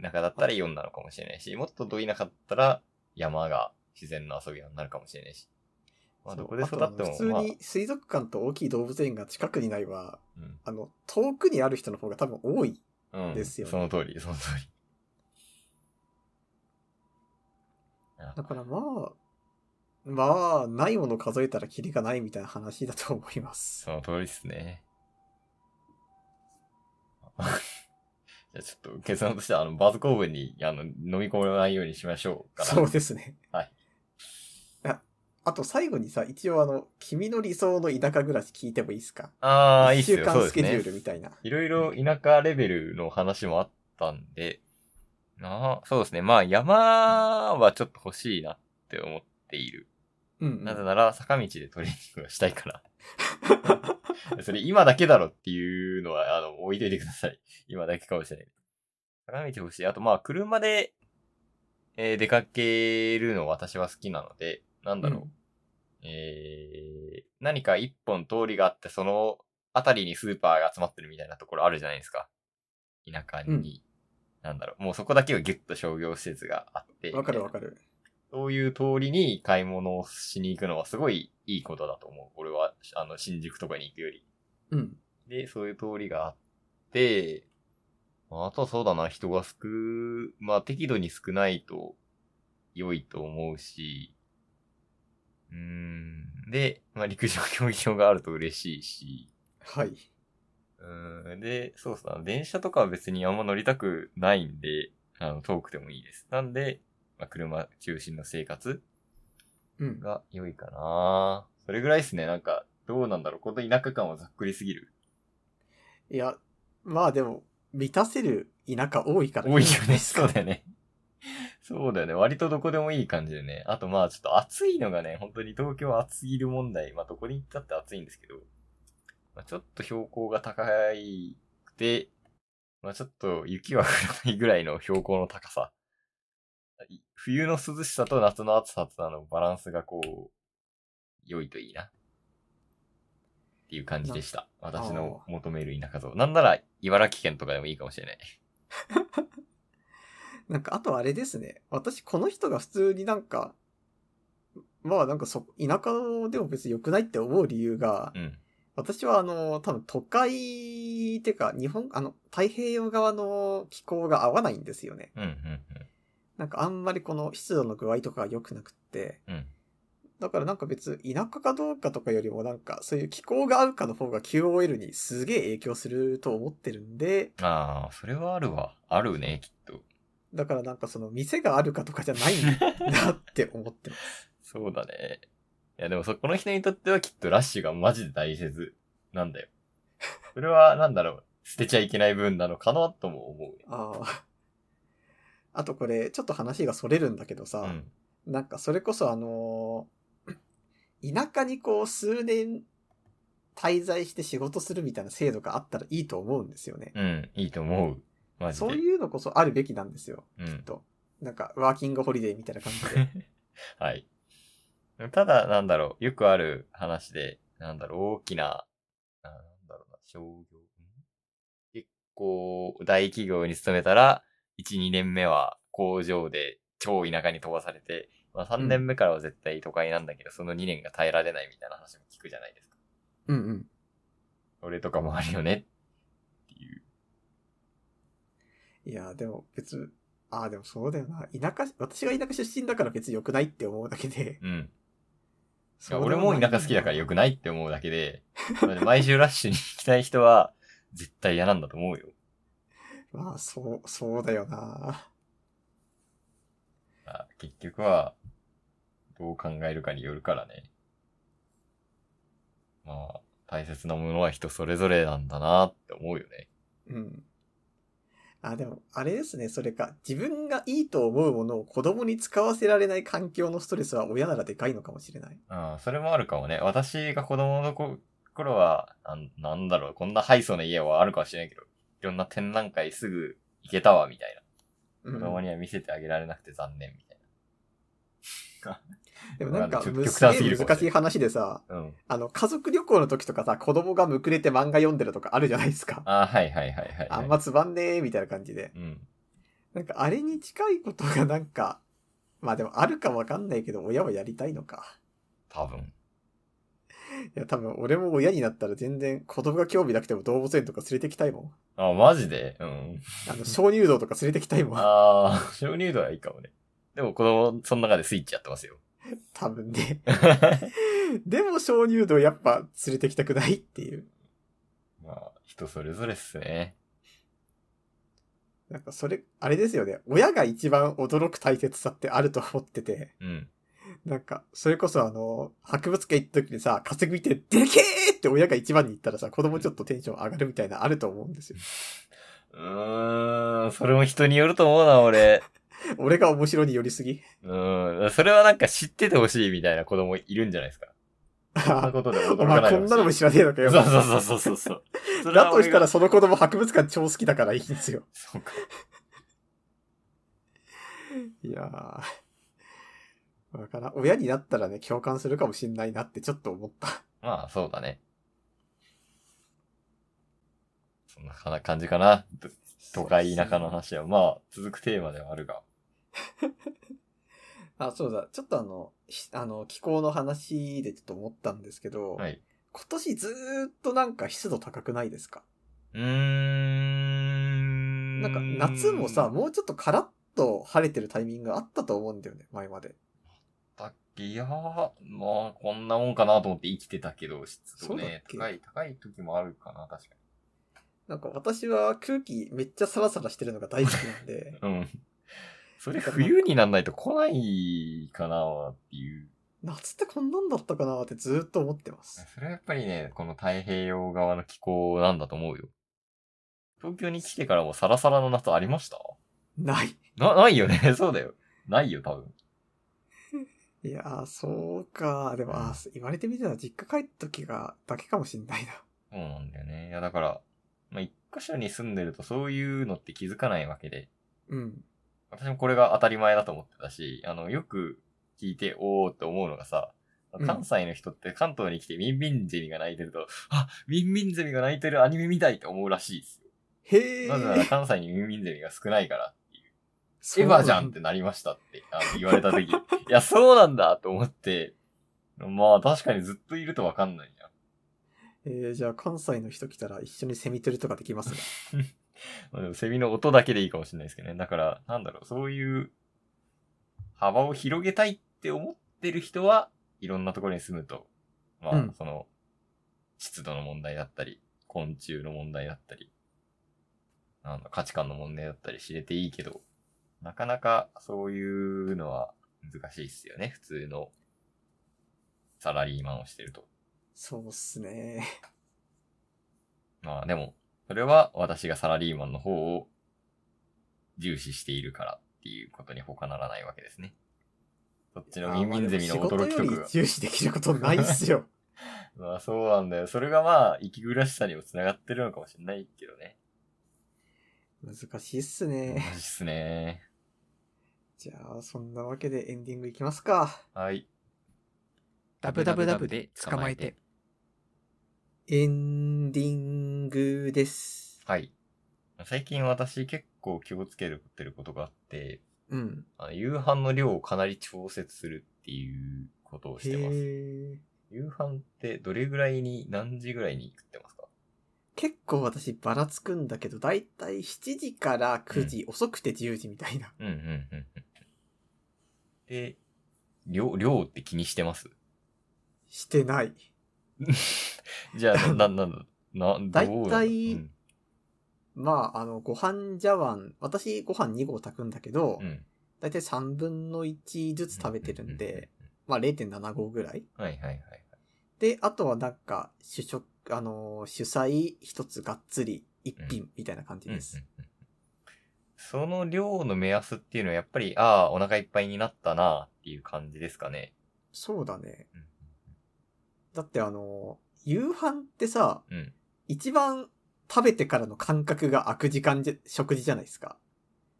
[SPEAKER 2] 田舎だったらイオンなのかもしれないし、もっとど田舎だったら山が自然の遊び場になるかもしれないし。まあ、
[SPEAKER 1] そう
[SPEAKER 2] どこで育って
[SPEAKER 1] あとあの
[SPEAKER 2] も、
[SPEAKER 1] 普通
[SPEAKER 2] まあ、
[SPEAKER 1] に水族館と大きい動物園が近くにないは、
[SPEAKER 2] うん
[SPEAKER 1] あの、遠くにある人の方が多分多い。
[SPEAKER 2] うん。
[SPEAKER 1] ですよね
[SPEAKER 2] その通り、その通り。あ
[SPEAKER 1] だからまあ、まあ、ないもの数えたらキリがないみたいな話だと思います。
[SPEAKER 2] その通りっすね。 じゃあちょっと結論としては、あの、バズ公文に、あの、飲み込まないようにしましょうかな。
[SPEAKER 1] そうですね。
[SPEAKER 2] はい
[SPEAKER 1] あ。あと最後にさ、一応あの、君の理想の田舎暮らし聞いてもいいですか
[SPEAKER 2] ああ、いいっ
[SPEAKER 1] 一
[SPEAKER 2] す
[SPEAKER 1] 週
[SPEAKER 2] よ。そう
[SPEAKER 1] 間
[SPEAKER 2] で
[SPEAKER 1] ス
[SPEAKER 2] す
[SPEAKER 1] ケジュー
[SPEAKER 2] ね。
[SPEAKER 1] ルみたいな。
[SPEAKER 2] いろいろ田舎レベルの話もあったんで、なあ、そうですね。まあ、山はちょっと欲しいなって思っている。
[SPEAKER 1] うんうん。
[SPEAKER 2] なぜなら、坂道でトレーニングがしたいから。 それ今だけだろっていうのは、あの、置いといてください。今だけかもしれない。坂道欲しい。あと、まあ、車で、えー出かけるの私は好きなので、なんだろう。えー何か一本通りがあって、その辺りにスーパーが集まってるみたいなところあるじゃないですか。田舎に、
[SPEAKER 1] うん
[SPEAKER 2] なんだろう。もうそこだけはギュッと商業施設があって。
[SPEAKER 1] うんわかるわかる。
[SPEAKER 2] そういう通りに買い物をしに行くのはすごいいいことだと思う。俺は、あの、新宿とかに行くより。
[SPEAKER 1] うん。
[SPEAKER 2] で、そういう通りがあって、あとはそうだな、人が少、まあ適度に少ないと良いと思うし、うーん。で、まあ陸上競技場があると嬉しいし、
[SPEAKER 1] はい。
[SPEAKER 2] うーん。で、そうそうな。電車とかは別にあんま乗りたくないんで、あの、遠くてもいいです。なんで、まあ、車中心の生活
[SPEAKER 1] うん。
[SPEAKER 2] が良いかなそれぐらいですね。なんか、どうなんだろう。この田舎感はざっくりすぎる。
[SPEAKER 1] いや、まあでも、満たせる田舎多いから
[SPEAKER 2] 多い
[SPEAKER 1] じ
[SPEAKER 2] よ
[SPEAKER 1] ゃな
[SPEAKER 2] ね。
[SPEAKER 1] です
[SPEAKER 2] そ
[SPEAKER 1] か
[SPEAKER 2] うだよね。そうだよね。割とどこでもいい感じでね。あとまあちょっと暑いのがね、本当に東京は暑すぎる問題。まあどこに行ったって暑いんですけど、まあまあ、ちょっと標高が高くて、まあ、ちょっと雪は降らないぐらいの標高の高さ。い冬の涼しさと夏の暑さとのバランスがこう、良いといいな。っていう感じでした。私の求める田舎像。なんなら茨城県とかでもいいかもしれない。
[SPEAKER 1] なんか、あとあれですね。私、この人が普通になんか、まあなんかそ、田舎でも別に良くないって思う理由が、
[SPEAKER 2] うん。
[SPEAKER 1] 私はあの、多分都会ってか、日本、あの、太平洋側の気候が合わないんですよね。
[SPEAKER 2] うん、うん、
[SPEAKER 1] なんかあんまりこの湿度の具合とかが良くなくって、
[SPEAKER 2] うん。うん。
[SPEAKER 1] だからなんか別、田舎かどうかとかよりもなんか、そういう気候が合うかの方が QOL にすげえ影響すると思ってるんで、
[SPEAKER 2] ああ、それはあるわ。あるね、きっと。
[SPEAKER 1] だからなんかその店があるかとかじゃないんだって思ってます。
[SPEAKER 2] そうだね。いや、でもそこの人にとってはきっとラッシュがマジで大切な んだよ。それは、なんだろう。捨てちゃいけない分なのかなとも思うね。
[SPEAKER 1] ああ。 あとこれ、ちょっと話がそれるんだけどさ、
[SPEAKER 2] うん。
[SPEAKER 1] なんかそれこそあのー田舎にこう数年滞在して仕事するみたいな制度があったらいいと思うんですよね。
[SPEAKER 2] うん、いいと思う。マジで。
[SPEAKER 1] そういうのこそあるべきなんですよ。
[SPEAKER 2] うん
[SPEAKER 1] きっと。なんかワーキングホリデーみたいな感じ で。
[SPEAKER 2] はい。ただ、なんだろう、よくある話で、なんだろう、大きな、あなんだろうな、商業、ん結構、大企業に勤めたら、1、2年目は工場で超田舎に飛ばされて、まあ3年目からは絶対都会なんだけど、その2年が耐えられないみたいな話も聞くじゃないですか。
[SPEAKER 1] うんうん。
[SPEAKER 2] 俺とかもあるよね。
[SPEAKER 1] いやー、でも別に、ああ、でもそうだよな。田舎、私が田舎出身だから別に良くないって思うだけで。
[SPEAKER 2] うん。い
[SPEAKER 1] そ
[SPEAKER 2] や
[SPEAKER 1] うで
[SPEAKER 2] 俺も
[SPEAKER 1] ない
[SPEAKER 2] 田舎好きだから良くないって思うだけで、まあで毎週ラッシュに行きたい人は、絶対嫌なんだと思うよ。
[SPEAKER 1] まあ、そう、そうだよな。
[SPEAKER 2] あ結局は、どう考えるかによるからね。まあ、大切なものは人それぞれなんだなって思うよね。
[SPEAKER 1] うん。あ、でも、あれですね、それか。自分がいいと思うものを子供に使わせられない環境のストレスは親ならでかいのかもしれない。
[SPEAKER 2] うん、それもあるかもね。私が子供のこ頃は、なんなんだろう、こんな敗訴の家はあるかもしれないけど、いろんな展覧会すぐ行けたわ、みたい
[SPEAKER 1] うん
[SPEAKER 2] な。子供には見せてあげられなくて残念、みたい
[SPEAKER 1] でもなんか、
[SPEAKER 2] ちょ
[SPEAKER 1] む
[SPEAKER 2] 極
[SPEAKER 1] すげ
[SPEAKER 2] 端すぎ
[SPEAKER 1] え
[SPEAKER 2] るかもね
[SPEAKER 1] 難しい話でさ、
[SPEAKER 2] な。うん。
[SPEAKER 1] あの、家族旅行の時とかさ、子供がむくれて漫画読んでるとかあるじゃないですか。
[SPEAKER 2] あはいはいはいはい、はい。
[SPEAKER 1] あんまつまんねえ、みたいな感じで。
[SPEAKER 2] うん。
[SPEAKER 1] なんか、あれに近いことがなんか、まあでもあるかわかんないけど、親はやりたいのか。
[SPEAKER 2] 多分。
[SPEAKER 1] いや、多分俺も親になったら全然子供が興味なくても動物園とか連れてきたいもん。
[SPEAKER 2] あ、マジでうん。
[SPEAKER 1] あの、鍾乳洞とか連れてきたいもん。
[SPEAKER 2] ああ、鍾乳洞はいいかもね。でも子供、その中でスイッチやってますよ。
[SPEAKER 1] 多分ね。 でも鍾乳洞やっぱ連れてきたくないっていう。
[SPEAKER 2] まあ、人それぞれっすね。
[SPEAKER 1] なんかそれ、あれですよね。親が一番驚く大切さってあると思ってて。
[SPEAKER 2] うん。
[SPEAKER 1] なんか、それこそあの、博物館行った時にさ、稼ぐ見て、でけーって親が一番に言ったらさ、子供ちょっとテンション上がるみたいなあると思うんですよ。
[SPEAKER 2] うーん、それも人によると思うな、俺。
[SPEAKER 1] 俺が面白に寄りすぎ。
[SPEAKER 2] うん、それはなんか知っててほしいみたいな子供いるんじゃないですか。そんな ことで驚
[SPEAKER 1] お
[SPEAKER 2] かな
[SPEAKER 1] 前こん
[SPEAKER 2] いでほしい
[SPEAKER 1] なのも知らねえのかよ。
[SPEAKER 2] そうそうそうそうそう。それは
[SPEAKER 1] だと
[SPEAKER 2] 俺
[SPEAKER 1] した
[SPEAKER 2] が
[SPEAKER 1] ら、その子供博物館超好きだからいいんですよ。
[SPEAKER 2] そうか。
[SPEAKER 1] いやー。わからん親になったらね、共感するかもしんないなってちょっと思った。
[SPEAKER 2] まあ、そうだね。そんなかな感じかな。と都会田舎の話は、まあ、続くテーマではあるが。
[SPEAKER 1] あ、そうだ。ちょっとあの、しあの、気候の話でちょっと思ったんですけど、
[SPEAKER 2] はい。
[SPEAKER 1] 今年ずーっとなんか湿度高くないですか
[SPEAKER 2] うーん。
[SPEAKER 1] なんか夏もさ、もうちょっとカラッと晴れてるタイミングがあったと思うんだよね、前まで。
[SPEAKER 2] だっけいやー、まあ、こんなもんかなと思って生きてたけど、湿度
[SPEAKER 1] そうだっ
[SPEAKER 2] ね、
[SPEAKER 1] け
[SPEAKER 2] 高い、高い時もあるかな、確か
[SPEAKER 1] なんか私は空気めっちゃサラサラしてるのが大好きなんで、
[SPEAKER 2] に。うん。それ冬になんないと来ないかなっていう。
[SPEAKER 1] 夏ってこんなんだったかなってずーっと思ってます。
[SPEAKER 2] それはやっぱりね、この太平洋側の気候なんだと思うよ。東京に来てからもサラサラの夏ありました
[SPEAKER 1] ない。
[SPEAKER 2] な、ないよね。 そうだよ。ないよ、多分。
[SPEAKER 1] いやー、そうか。でも、あー、言われてみたら実家帰った時が、だけかもしんないな。
[SPEAKER 2] そうなんだよね。いや、だから、まあ、一箇所に住んでるとそういうのって気づかないわけで、
[SPEAKER 1] うん。
[SPEAKER 2] 私もこれが当たり前だと思ってたし、あの、よく聞いて、おーって思うのがさ
[SPEAKER 1] う、ん
[SPEAKER 2] 関西の人って関東に来てミンミンゼミが鳴いてると、あ、ミンミンゼミが鳴いてるアニメみたいって思うらしいですよ。
[SPEAKER 1] へえ。
[SPEAKER 2] なぜなら関西にミンミンゼミが少ないから、
[SPEAKER 1] そう
[SPEAKER 2] エヴ
[SPEAKER 1] な
[SPEAKER 2] ァじゃんってなりましたってあの言われた時、いや、そうなんだと思って、まあ確かにずっといるとわかんないじゃん。
[SPEAKER 1] えー、じゃあ関西の人来たら一緒にセミ取りとかで きますね。
[SPEAKER 2] まあでもセミの音だけでいいかもしれないですけどね。だから、なんだろう、そういう幅を広げたいって思ってる人は、いろんなところに住むと、まあ、
[SPEAKER 1] うん
[SPEAKER 2] その、湿度の問題だったり、昆虫の問題だったり、なんだ価値観の問題だったり知れていいけど、なかなかそういうのは難しいっすよね。普通のサラリーマンをしてると。
[SPEAKER 1] そうっすね。
[SPEAKER 2] まあでも、それは私がサラリーマンの方を重視しているからっていうことに他ならないわけですね。そっちのミンミンゼミの驚きと
[SPEAKER 1] あーまあでも仕事
[SPEAKER 2] か
[SPEAKER 1] より重視できることないっ すよ。
[SPEAKER 2] が。まあそうなんだよ。それがまあ、息苦しさにも繋がってるのかもしれないけどね。
[SPEAKER 1] 難しいっす
[SPEAKER 2] マジ
[SPEAKER 1] ね。
[SPEAKER 2] っすね。
[SPEAKER 1] じゃあ、そんなわけでエンディングいきますか。
[SPEAKER 2] はい。
[SPEAKER 3] ダブダブダブで捕まえて。
[SPEAKER 1] エンディングです。
[SPEAKER 2] はい。最近私結構気をつけてることがあって、
[SPEAKER 1] うん。
[SPEAKER 2] あの夕飯の量をかなり調節するっていうことをしてます。
[SPEAKER 1] へえ。
[SPEAKER 2] 夕飯ってどれぐらいに、何時ぐらいに食ってますか
[SPEAKER 1] 結構私ばらつくんだけど、だいたい7時から9時、遅くて10時みたいな。
[SPEAKER 2] うんうんうんうん。で、量、量って気にしてます
[SPEAKER 1] してない。
[SPEAKER 2] じゃあ、な、な、な、な、どう
[SPEAKER 1] 大体
[SPEAKER 2] うん。
[SPEAKER 1] まあ、あの、ご飯茶碗、私ご飯2合炊くんだけど、
[SPEAKER 2] うん
[SPEAKER 1] だいたい3分の1ずつ食べてるんで、。まあ0.75ぐらい。
[SPEAKER 2] うんはいはいはい。
[SPEAKER 1] で、あとはなんか、主食、あのー主菜一つがっつり一
[SPEAKER 2] う
[SPEAKER 1] 品みたいな感じ
[SPEAKER 2] うんうん
[SPEAKER 1] で
[SPEAKER 2] うん
[SPEAKER 1] す。
[SPEAKER 2] その量の目安っていうのはやっぱり、ああ、お腹いっぱいになったなっていう感じですかね。
[SPEAKER 1] そうだね。
[SPEAKER 2] うん
[SPEAKER 1] だってあのー夕飯ってさ、
[SPEAKER 2] うん
[SPEAKER 1] 一番食べてからの感覚が空く時間じゃ、食事じゃないですか。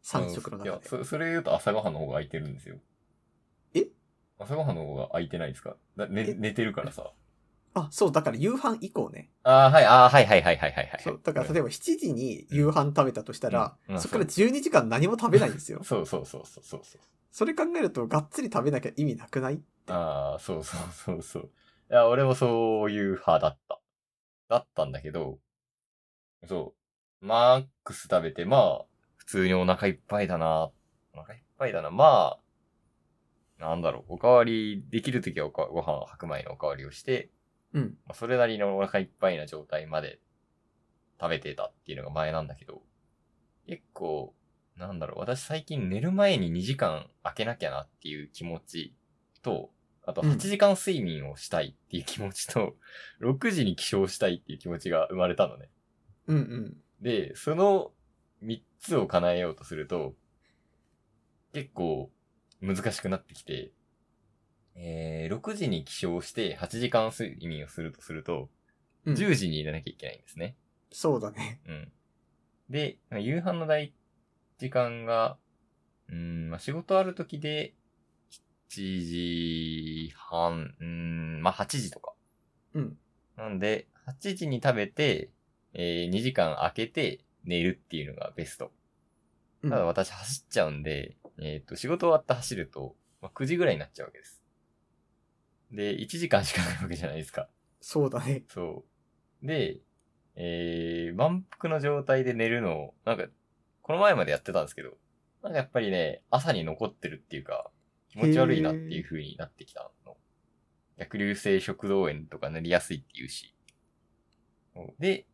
[SPEAKER 1] 3食の
[SPEAKER 2] いや
[SPEAKER 1] 中、で。
[SPEAKER 2] そ、それ言うと朝ごはんの方が空いてるんですよ。
[SPEAKER 1] え
[SPEAKER 2] 朝ごはんの方が空いてないですかだ寝
[SPEAKER 1] え
[SPEAKER 2] 寝てるからさ。
[SPEAKER 1] あ、そう、だから夕飯以降ね。
[SPEAKER 2] ああ、はい、ああ、はいはいはいはいはいはい。
[SPEAKER 1] そう、だから例えば7時に夕飯食べたとしたら、
[SPEAKER 2] うんうん
[SPEAKER 1] そこから12時間何も食べないんですよ。
[SPEAKER 2] そうそうそうそうそうそう。
[SPEAKER 1] それ考えると、がっつり食べなきゃ意味なくない
[SPEAKER 2] ああ、そうそう そうそう。いや、俺もそういう派だった。だったんだけど、そう。マックス食べて、まあ、普通にお腹いっぱいだな。お腹いっぱいだな。まあ、なんだろう。おかわりできるときはおかご飯、白米のおかわりをして、
[SPEAKER 1] うん。
[SPEAKER 2] まあそれなりのお腹いっぱいな状態まで食べてたっていうのが前なんだけど、結構、なんだろう、私最近寝る前に2時間空けなきゃなっていう気持ちと、あと
[SPEAKER 1] うん
[SPEAKER 2] 8時間睡眠をしたいっていう気持ちと、6時に起床したいっていう気持ちが生まれたのね。
[SPEAKER 1] うんうん。
[SPEAKER 2] で、その3つを叶えようとすると、結構難しくなってきて、えー、6時に起床して8時間睡眠をするとすると、
[SPEAKER 1] うん
[SPEAKER 2] 10時に入れなきゃいけないんですね。
[SPEAKER 1] そうだね。
[SPEAKER 2] うん。で、夕飯の大時間が、うん、まあ、仕事ある時で、7時半、うん、まあ、8時とか。
[SPEAKER 1] うん。
[SPEAKER 2] なんで、8時に食べて、えー、2時間空けて寝るっていうのがベスト。
[SPEAKER 1] うん
[SPEAKER 2] ただ私走っちゃうんで、えっ、と、仕事終わって走ると、まあ、9時ぐらいになっちゃうわけです。で、1時間しかないわけじゃないですか。
[SPEAKER 1] そうだね。
[SPEAKER 2] そう。で、えー、満腹の状態で寝るのを、なんか、この前までやってたんですけど、なんかやっぱりね、朝に残ってるっていうか、気持ち悪いなっていう風になってきたの。逆流性食道炎とかなりやすいっていうし。で、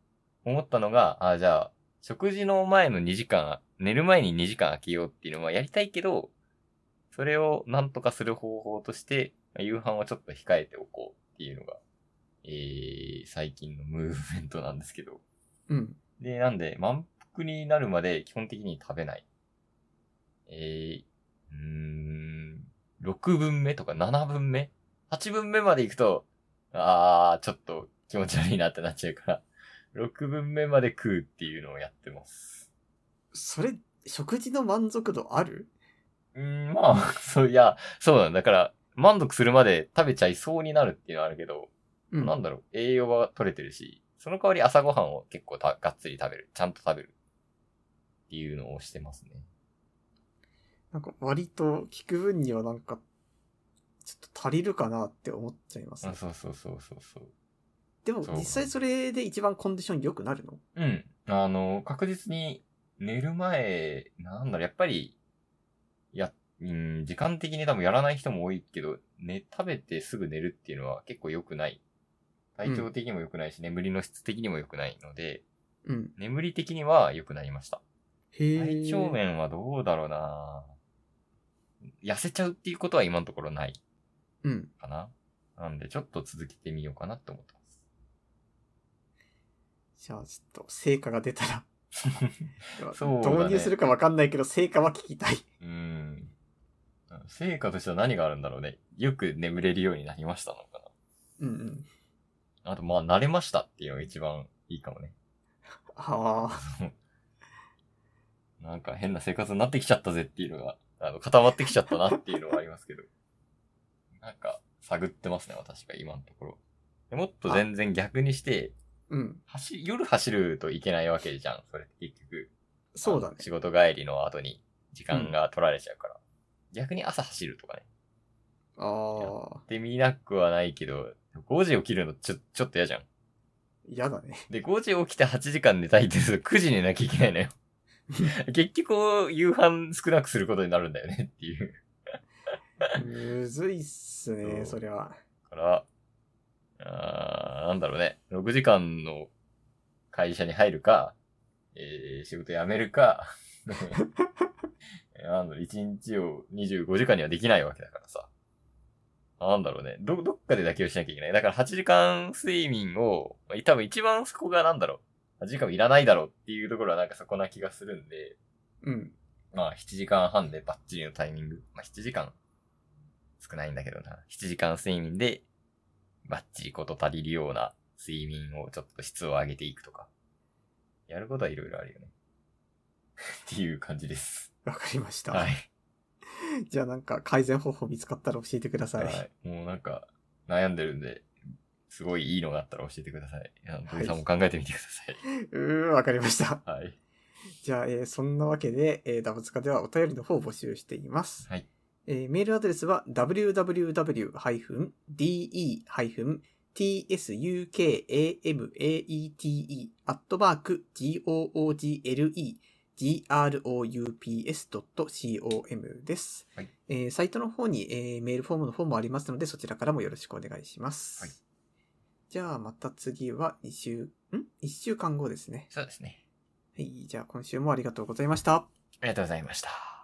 [SPEAKER 2] 思ったのが、あ、じゃあ、食事の前の2時間、寝る前に2時間空けようっていうのはやりたいけど、それをなんとかする方法として、夕飯はちょっと控えておこうっていうのが、えー、最近の ムーブメントなんですけど。
[SPEAKER 1] うん。
[SPEAKER 2] で、なんで、満腹になるまで基本的に食べない。えー、うーん、6分目とか7分目 ?8 分目まで行くと、あー、ちょっと気持ち悪いなってなっちゃうから、 6分目まで食うっていうのをやってます。
[SPEAKER 1] それ、食事の満足度ある
[SPEAKER 2] うん、まあ、 そういや、そうなんだ。だから、満足するまで食べちゃいそうになるっていうのはあるけど、
[SPEAKER 1] うん。
[SPEAKER 2] なんだろう、栄養は取れてるし、その代わり朝ごはんを結構たがっつり食べる。ちゃんと食べる。っていうのをしてますね。
[SPEAKER 1] なんか割と聞く分にはなんか、ちょっと足りるかなって思っちゃいますね、
[SPEAKER 2] あそうそうそうそうそう。
[SPEAKER 1] でも
[SPEAKER 2] そう
[SPEAKER 1] 実際それで一番コンディション良くなるの
[SPEAKER 2] うん。あの、確実に寝る前、なんだろう、やっぱり、や、うん、時間的に多分やらない人も多いけど、ね、食べてすぐ寝るっていうのは結構良くない。体調的にも良くないし、眠りの質的にも良くないので、
[SPEAKER 1] うん。
[SPEAKER 2] 眠り的には良くなりました。
[SPEAKER 1] へえ。
[SPEAKER 2] 体調面はどうだろうな痩せちゃうっていうことは今のところない
[SPEAKER 1] うん。
[SPEAKER 2] かな。なんで、ちょっと続けてみようかなって思ってます。
[SPEAKER 1] じゃあちょっと成果が出た ら。
[SPEAKER 2] そうだね
[SPEAKER 1] 導入するかわかんないけど、成果は聞きたい。
[SPEAKER 2] うーん。成果としては何があるんだろうね。よく眠れるようになりましたのか
[SPEAKER 1] うんうん。
[SPEAKER 2] な。あと、まあ、慣れましたっていうのが一番いいかもね。
[SPEAKER 1] ああ、
[SPEAKER 2] なんか変な生活になってきちゃったぜっていうのが、あの、固まってきちゃったなっていうのはありますけど。 なんか、探ってますね、私が今のところ。でもっと全然逆にして、
[SPEAKER 1] うん。
[SPEAKER 2] 走、夜走るといけないわけじゃん、それって結局。
[SPEAKER 1] そうだ
[SPEAKER 2] あ
[SPEAKER 1] ね
[SPEAKER 2] の。仕事帰りの後に時間が取られちゃうから。逆に朝走るとかね。
[SPEAKER 1] ああ、
[SPEAKER 2] で、見なくはないけど、5時起きるのちょ、ちょっと嫌じゃん。
[SPEAKER 1] 嫌だね。
[SPEAKER 2] で、5時起きて8時間寝たいってすると9時寝なきゃいけな いのよ。結局、夕飯少なくすることになるんだよねっていう。
[SPEAKER 1] むずいっすね、
[SPEAKER 2] そ
[SPEAKER 1] そうれは。
[SPEAKER 2] から、あーなんだろうね。6時間の会社に入るか、えー、仕事辞めるか、 なんだろう、1日を25時間にはできないわけだからさ。なんだろうね。ど、どっかで妥協しなきゃいけない。だから8時間睡眠を、多分一番そこがなんだろう。8時間もいらないだろうっていうところはなんかそこな気がするんで、
[SPEAKER 1] うん。
[SPEAKER 2] まあ7時間半でバッチリのタイミング。まあ7時間、少ないんだけどな。7時間睡眠で、バッチリこと足りるような睡眠をちょっと質を上げていくとか。やることはいろいろあるよね。 っていう感じです。
[SPEAKER 1] わかりました。
[SPEAKER 2] はい。
[SPEAKER 1] じゃあなんか改善方法見つかったら教えてください。
[SPEAKER 2] はい。もうなんか、悩んでるんで、すごいいいのがあったら教えてください。あの、
[SPEAKER 1] はい
[SPEAKER 2] 土井さんも考えてみてくださ
[SPEAKER 1] うーん、わかりました。
[SPEAKER 2] い。はい。
[SPEAKER 1] じゃあ、えーそんなわけで、えーダブツカではお便りの方を募集しています。
[SPEAKER 2] はい
[SPEAKER 1] えーメールアドレスは www-tsukamate.google.groups.com です、
[SPEAKER 2] はい
[SPEAKER 1] えーサイトの方に、えーメールフォームの方もありますので、そちらからもよろしくお願いします。
[SPEAKER 2] はい
[SPEAKER 1] じゃあ、また次は2週、ん ?1 週間後ですね。
[SPEAKER 2] そうですね。
[SPEAKER 1] はい、じゃあ今週もありがとうございました。
[SPEAKER 2] ありがとうございました。